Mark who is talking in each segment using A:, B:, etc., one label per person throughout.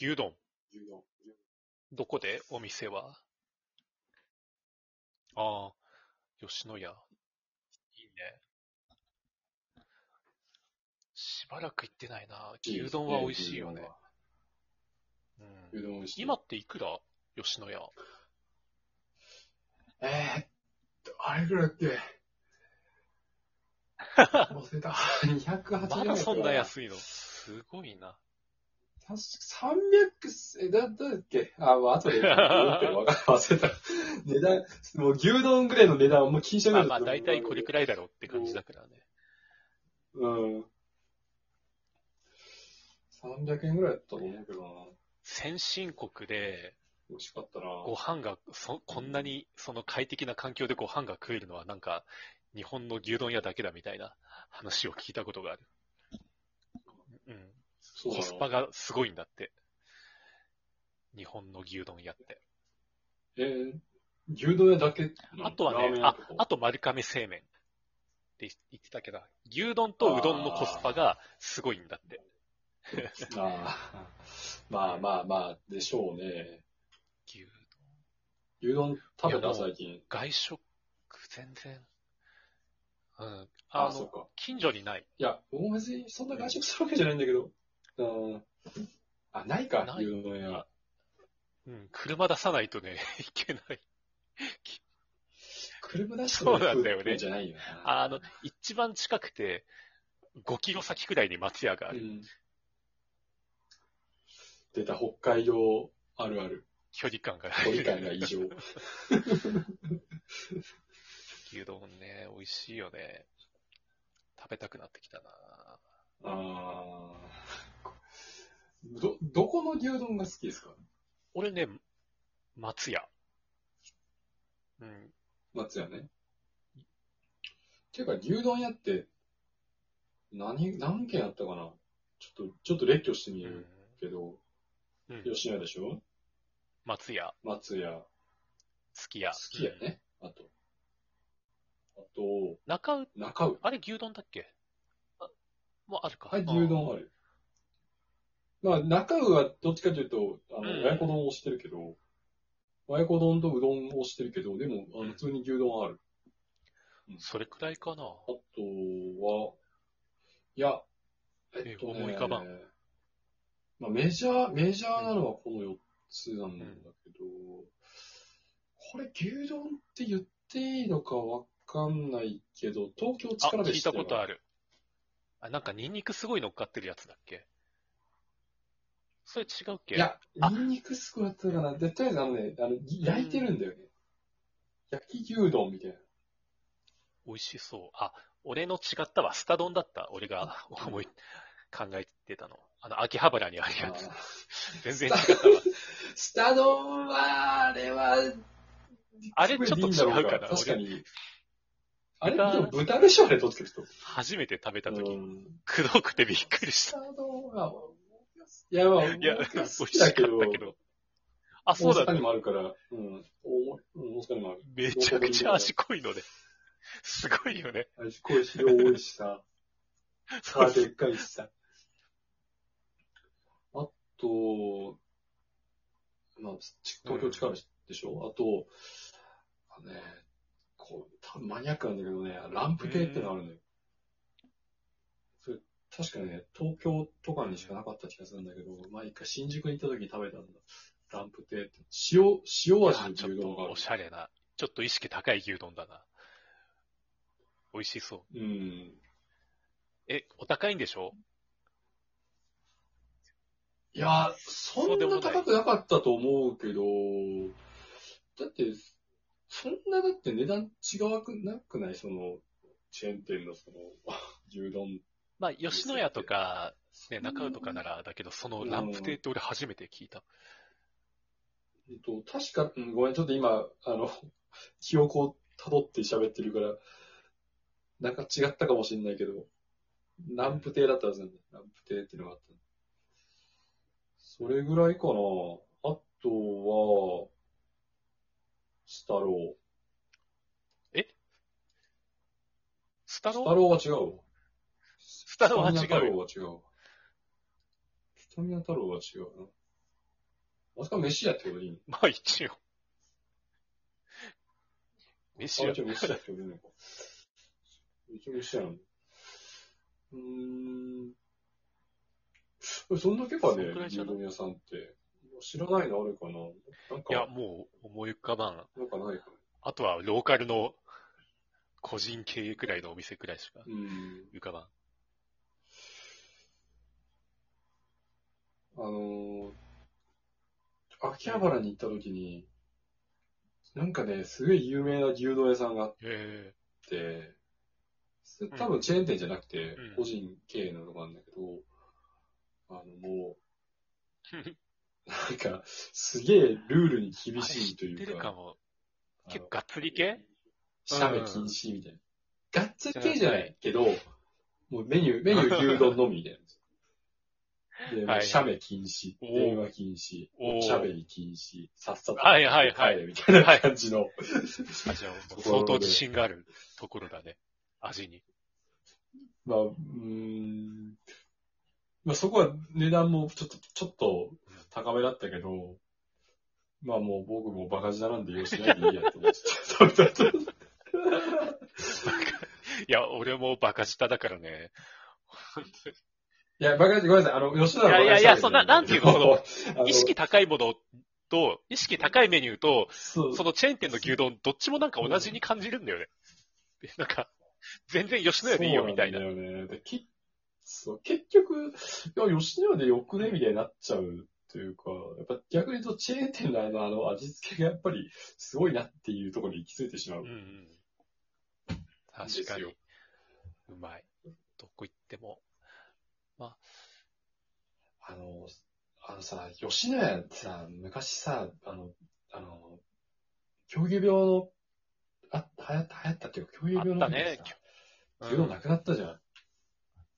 A: 牛丼。
B: 牛丼。
A: どこでお店はああ、吉野家。いいね。しばらく行ってないな。牛丼は美味しいよね。う
B: 牛
A: ん、
B: 丼美味しい。
A: 今、っていくら吉野家。
B: えーっと、あれぐらいだ っけ忘れた。280円。
A: まだそんな安いの。すごいな。
B: 確か300、え、だ、だっけあ、もう後で、どうなってるわかんない忘れた。値段、もう牛丼ぐらいの値段はもう禁止
A: まあまあ、だいたいこれくらいだろうって感じだからね。
B: うん。300円ぐらいだったと思うけどな。
A: 先進国で
B: 美味しかったな。
A: ご飯がそ、こんなにその快適な環境でご飯が食えるのはなんか日本の牛丼屋だけだみたいな話を聞いたことがある。うん。
B: そう
A: コ
B: だな
A: スパがすごいんだって。日本の牛丼屋って。
B: えー牛丼屋だけ。
A: あとは
B: ラーメ
A: ね
B: ン、屋
A: あ
B: とか、
A: あと丸亀製麺って言ってたけど、牛丼とうどんのコスパがすごいんだって。
B: あーまあまあまあ、でしょうね。
A: 牛丼。
B: 牛丼食べ
A: いやも
B: た
A: う
B: 最近。
A: 外食、全然。うん。
B: あ
A: あ
B: そ
A: の
B: う、か。
A: 近所にない。
B: いや、僕も別にそんな外食するわけじゃないんだけど。うん。あ、ないか、
A: ない
B: 牛丼屋。
A: うん。車出さないとね、 いけない。
B: 車出して
A: そうなんだよね
B: じゃないよな。
A: あの、一番近くて、5キロ先くらいに松屋があ
B: う
A: る。
B: ん。出た、北海道あるある。
A: 距離感が。
B: 距離感 が異常。
A: 牛丼ね、美味しいよね。食べたくなってきたな
B: あーど、どこの牛丼が好きですか
A: 俺ね、松屋。うん。
B: 松屋ね。ていうか、牛丼屋って、何、何軒あったかなちょっと、ちょっと列挙してみるけど、
A: うん。
B: 吉野家でしょ
A: 松屋、
B: 松屋、
A: すき家。
B: 好きや
A: うん
B: ね。あと。あと、
A: 中う、
B: 中浦。
A: あれ牛丼だっけあもうあるか。
B: はい、牛丼ある。まあ、中浦はどっちかというと、あの、
A: うん
B: 親子丼をしてるけど、親子丼とうどんをしてるけど、でも、あの普通に牛丼ある。
A: うん。それくらいかな。
B: あとは、いや、えっと、ね、
A: え思い浮かばん
B: まあ、メジャー、メジャーなのはこの4つなんだけど、これ牛丼って言っていいのかわかんないけど、東京
A: あ、
B: 力
A: 聞
B: 飯
A: い
B: って
A: た
B: のが
A: ことある。あ、なんかニンニクすごい乗っかってるやつだっけそれ違うっけ
B: いや、
A: あ
B: ニンニクすごいやったかな。で、とりあえずあのね、あの、焼いてるんだよね。焼き牛丼みたいな。
A: 美味しそう。あ、俺の違ったわ。スタ丼だった。俺が思い、考えてたの。あの、秋葉原にあるや
B: あー
A: つ。全然違っ たわ。
B: スタ丼は、あれは、
A: あれちょっと違うかな
B: これでいいんだろ確かに。あれ、で
A: 豚
B: も豚でしょあれ、どっちかっていうと。
A: 初めて食べた時、
B: うん
A: くどくてびっくりし
B: ス
A: た。
B: タ丼は、いや、まあ、
A: いや、美
B: 僕は
A: 味
B: 好
A: し
B: き
A: かっ
B: だ
A: た
B: けど、
A: けど。あ、そうだ
B: 大阪に
A: ね。
B: もあるから、うん、大うん大阪にもある。
A: めちゃくちゃ味濃いので。すごいよね。
B: あれ、こういう量多いしさ、
A: そ
B: 歯
A: う
B: でっかいし さ。あと、まあ、ち東京近いでしょ、あと、あのね、こう、多分マニアックなんだけどね、ランプ系ってのがあるのよ。それ、確かね、東京とかにしかなかった気がするんだけど、まあ一回新宿に行った時に食べたんだ。ランプ亭って、塩、塩味の
A: あ
B: 牛
A: ちょっ
B: 丼があ
A: と
B: る
A: お。しゃれな。ちょっと意識高い牛丼だな。美味しそう。
B: うん。
A: え、お高いんでしょ
B: いや、そ
A: そうんでもな
B: ない高くなかったと思うけど、だって、そんなだって値段違くなくないその、チェーン店のそ の、牛丼。
A: まあ、吉野家とか、ね、中野とかなら、だけど、そのランプ亭って俺初めて聞いた。
B: えっと、確か、うんごめん、ちょっと今、あの、 記憶を辿って喋ってるから、なんか違ったかもしれないけど、ランプ亭だったはずなんだよ。ランプ亭っていうのがあった。それぐらいかな。あとは、スタロー。
A: スタ
B: スタ
A: ロー
B: ローは違うわ。
A: スタローは違うよ
B: スタミナ太郎は違うわ。スタミナ太郎は違うな。まさか飯屋ってことでいいの
A: まあ一応。飯屋
B: あ一応飯屋ってことでいいのか。一応飯屋なんだ。うーん。そんだけかね
A: そんくら、いじ
B: 牛
A: ゃない
B: 丼屋さんって。知らないのあるかななん
A: いや、
B: か、
A: もう思い浮かばん。
B: なんかないかな。
A: あとはローカルの個人経営くらいのお店くらいしか
B: うん。
A: 浮かばん。
B: あのー、秋葉原に行った時に、なんかね、すごい有名な牛丼屋さんがあっ
A: へ
B: て、それ
A: うん
B: 多分チェーン店じゃなくて
A: うん、
B: 個人経営のとこなんだけど、あの、も
A: え。
B: う、なんか、すげえルールに厳
A: あ
B: しいとい
A: 知って
B: う
A: る
B: か、
A: か
B: あ
A: も。
B: の
A: 結構がっつり系
B: 写メ禁止みたいな。ガッツリ系じゃないけど、もうメニュー、メニュー牛丼のみ みたいな。で、も
A: は
B: う
A: い
B: 写メ禁止、
A: おー
B: 電話禁止、
A: おー
B: おしゃべり禁止、さっさと帰
A: はいはいはい
B: れみたいな感じの。
A: あ、じゃあ、もう相当自信があるところだね。味に。
B: まあ、うーん。まあそこは値段もちょっと、ちょっと高めだったけど、まあもう僕もバカ舌なんで用意しないでいいやと思って食べた 後。
A: いや、俺もバカ舌だからね。
B: いや、バカ舌、ごめんなさい。あの、吉田のバカ舌
A: いやいやいやそんななんていうの
B: あの
A: 意識高いものと、意識高いメニューと、
B: そう
A: そのチェーン店の牛丼、どっちもなんか同じに感じるんだよね。なんか、全然吉野家でいいよみたいな。
B: そうなんだよね。できそう結局、いや、吉野家でよくねみたいになっちゃうというか、やっぱ逆に言うとチェーン店のあのあの味付けがやっぱりすごいなっていうところに行き着いてしま
A: う
B: うん
A: う。ん。
B: です
A: 確
B: よ
A: かに。うまい。どこ行っても。
B: あの、あのさ、吉野家ってさ、昔さ、あの、あの、狂牛病の、あ、流行った、流行ったっていうか、狂牛病の時に
A: あった
B: さ
A: ね
B: 牛丼なくなったじゃん。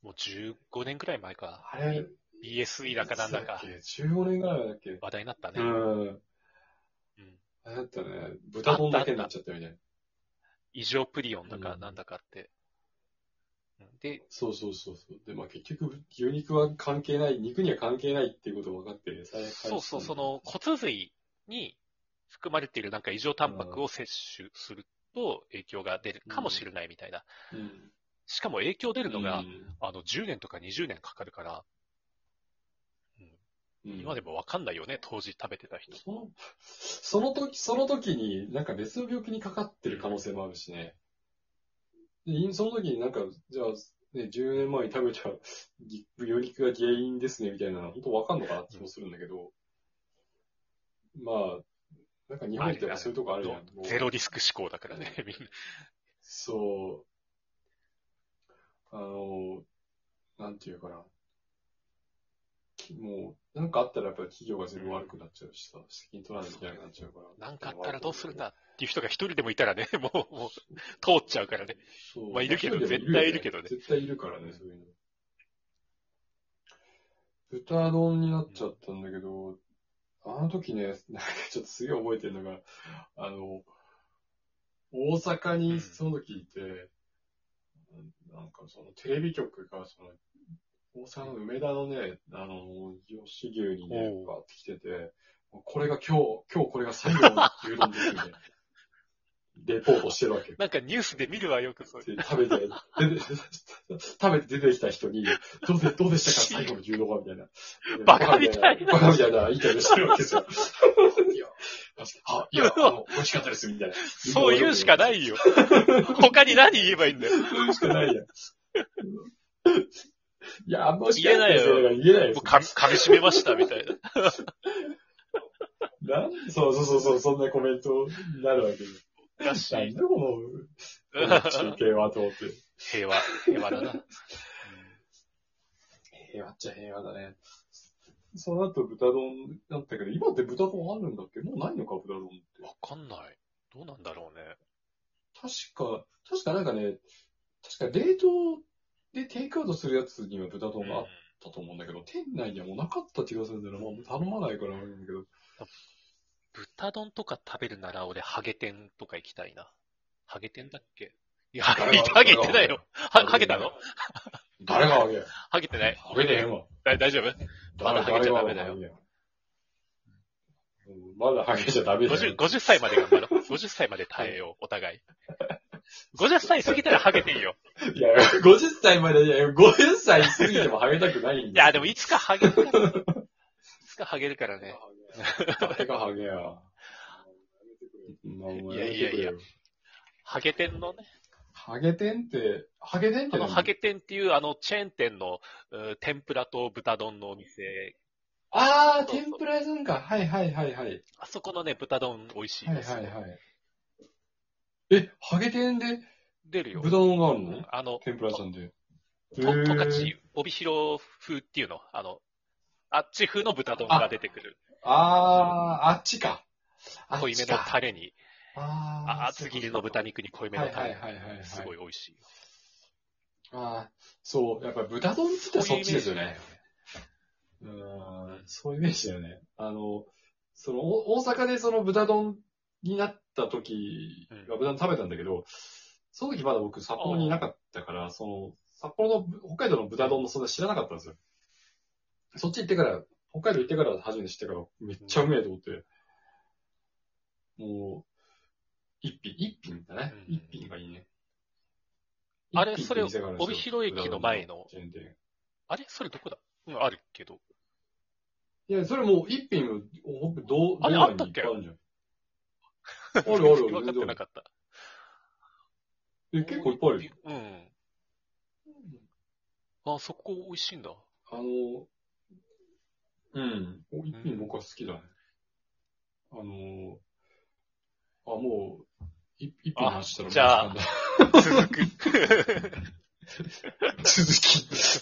A: もう15年くらい前か。
B: あれ、
A: BSE だかなんだ
B: い
A: か
B: つ。っけ ?15 年ぐらい前だっけ
A: 話題になったね。
B: う
A: うん
B: ん。あれだったね。豚丼だけになっちゃったみたいな。
A: 異常プリオンだか
B: うん
A: なんだかって。うんで、
B: そうそうそうそう。で、まあ結局、牛肉は関係ない、肉には関係ないっていうことが分かって、最悪
A: そうそう、そ、の骨髄に含まれているなんか異常タンパクを摂取すると影響が出るかもしれないみたいな。
B: うん、
A: しかも影響出るのが、
B: うん
A: あの、10年とか20年かかるから、
B: うん
A: 今でもわかんないよね、当時食べてた人。
B: その、その時、その時になんか別の病気にかかってる可能性もあるしね。でいその時になんか、じゃあ、ね、10年前に食べたぎ魚肉が原因ですね、みたいな、本当わかんのかなって気もするんだけど、まあ、なんか日本ってやっぱそういうとこあるじゃん。もう
A: ゼロリスク思考だからね、みんな。
B: そう、あの、なんていうかな。きもう、なんかあったらやっぱり企業が全部悪くなっちゃうしさ、責任取らないといけなくなっちゃうから。
A: なんかあったらどうするんだっていう人が一人でもいたらね、 もう、もう、通っちゃうからね。
B: そう。
A: まあいるけど
B: 一人でもよ
A: 絶対いるけどね
B: 絶対いるからね、そういうの。豚丼になっちゃったんだけど、あの時ね、なんかちょっとすげえ覚えてるのが、あの、大阪にその時いて、なんかそのテレビ局が、その、大阪の梅田のね、あの、吉牛にね
A: おう、
B: バーって来てて、これが今日、今日これが最後の牛丼 ですよね。レポートしてるわけ。
A: なんかニュースで見るわ、よくそういう。
B: で食べて、出て食べて出てきた人に、どうで、どうでしたか最後の牛丼はみたいな。
A: バカみたいな
B: バカみたいなインタビューしてるわけですよ。いや、あいや、あの、美味しかったです、みたいな。
A: そういうしかないよ。他に何言えばいいんだよ。
B: そういうしかないやん。いや、あんま美味しかったです
A: 言えな
B: 言えないで
A: もう
B: す。
A: かみ噛み締めました、みたいな。
B: なんそうそうそうそう、そんなコメントになるわけで。
A: らし
B: なん
A: い。
B: でこの、この中継はと思って。
A: 平和、平和だな。
B: 平和っちゃ平和だね。その後豚丼だったけど、今って豚丼あるんだっけもうないのか、豚丼って。
A: わかんない。どうなんだろうね。
B: 確か、確かなんかね、確か冷凍でテイクアウトするやつには豚丼があったと思うんだけど、店内にはもうなかった気がするんだよな。もう頼まないからあれなんだけど。
A: 豚丼とか食べるなら俺、ハゲ天とか行きたいな。ハゲ天だっけいや、ハゲ、ハゲ行ってないよ。はハゲたの
B: 誰があげ
A: ハゲてない。
B: あげてへんわ。
A: だ大丈夫
B: 誰
A: まだハゲちゃダメだよ
B: 誰がハゲやうんまだハゲじゃダメだよ
A: 50, 50歳まで頑張ろう。50歳まで耐えよう、お互い。50歳過ぎたらハゲていいよ。
B: いや、50歳まで、いや、50歳過ぎてもハゲたくないん
A: い
B: だよ
A: や、でもいつかハゲるから。いつかハゲるからね。
B: 誰がハゲや。
A: いやいやいや。ハゲ店のね、
B: ハゲ店って、ハゲ店って
A: あの、
B: 何
A: ハゲ店っていう、あの、チェーン店の、うー天ぷらと豚丼のお店、
B: あー、
A: そうそう
B: 天ぷら屋さんか。はいはいはいはい。
A: あそこのね、豚丼美味しい
B: はい
A: で
B: は
A: すよ。
B: いはい。え、ハゲ店で
A: 出るよ。
B: 豚丼があるの
A: あの、
B: 天ぷら屋さんで。
A: と、とか
B: へー
A: ち、帯広風っていうの、あの、あっち風の豚丼が出てくる。
B: あー、あっちか。あっ
A: 濃いめ
B: ち
A: の
B: か。
A: タレに、
B: あー、
A: 厚切りの豚肉に濃いめのタ
B: はい
A: レ
B: はいはいはいはい。
A: すごい美味しいよ。
B: ああ、そう、やっぱり豚丼って言ったらそっちですよね。うーん、そういうイメージだよね。あの、その、お大阪でその豚丼になった時
A: う
B: は豚丼食べたんだけど、その時まだ僕札幌にいなかったから、その、札幌の、北海道の豚丼もそんな知らなかったんですよ。そっち行ってから、北海道行ってから初めて知ってから、めっちゃうめえと思って、もう、一品、一品だね。
A: うん
B: 一品がいいね。
A: あれ
B: 一品って店があるんですよ
A: それ帯広駅の前の
B: チェーン店
A: あれそれどこだうん、あるけど。
B: いや、それもう一品も、僕、どう、
A: あれ
B: 道内にいぱいあるじゃん。あるある、
A: 分かってなかった。
B: 全然あるえ、結構いっぱいあるよ。
A: うん。あ、そこ美味しいん だ。
B: あの、うん。お一品僕は好きだね。あの、あ、もう、い一品の話したらもう
A: あじゃあ
B: 時間だ
A: 続 く。
B: 続き。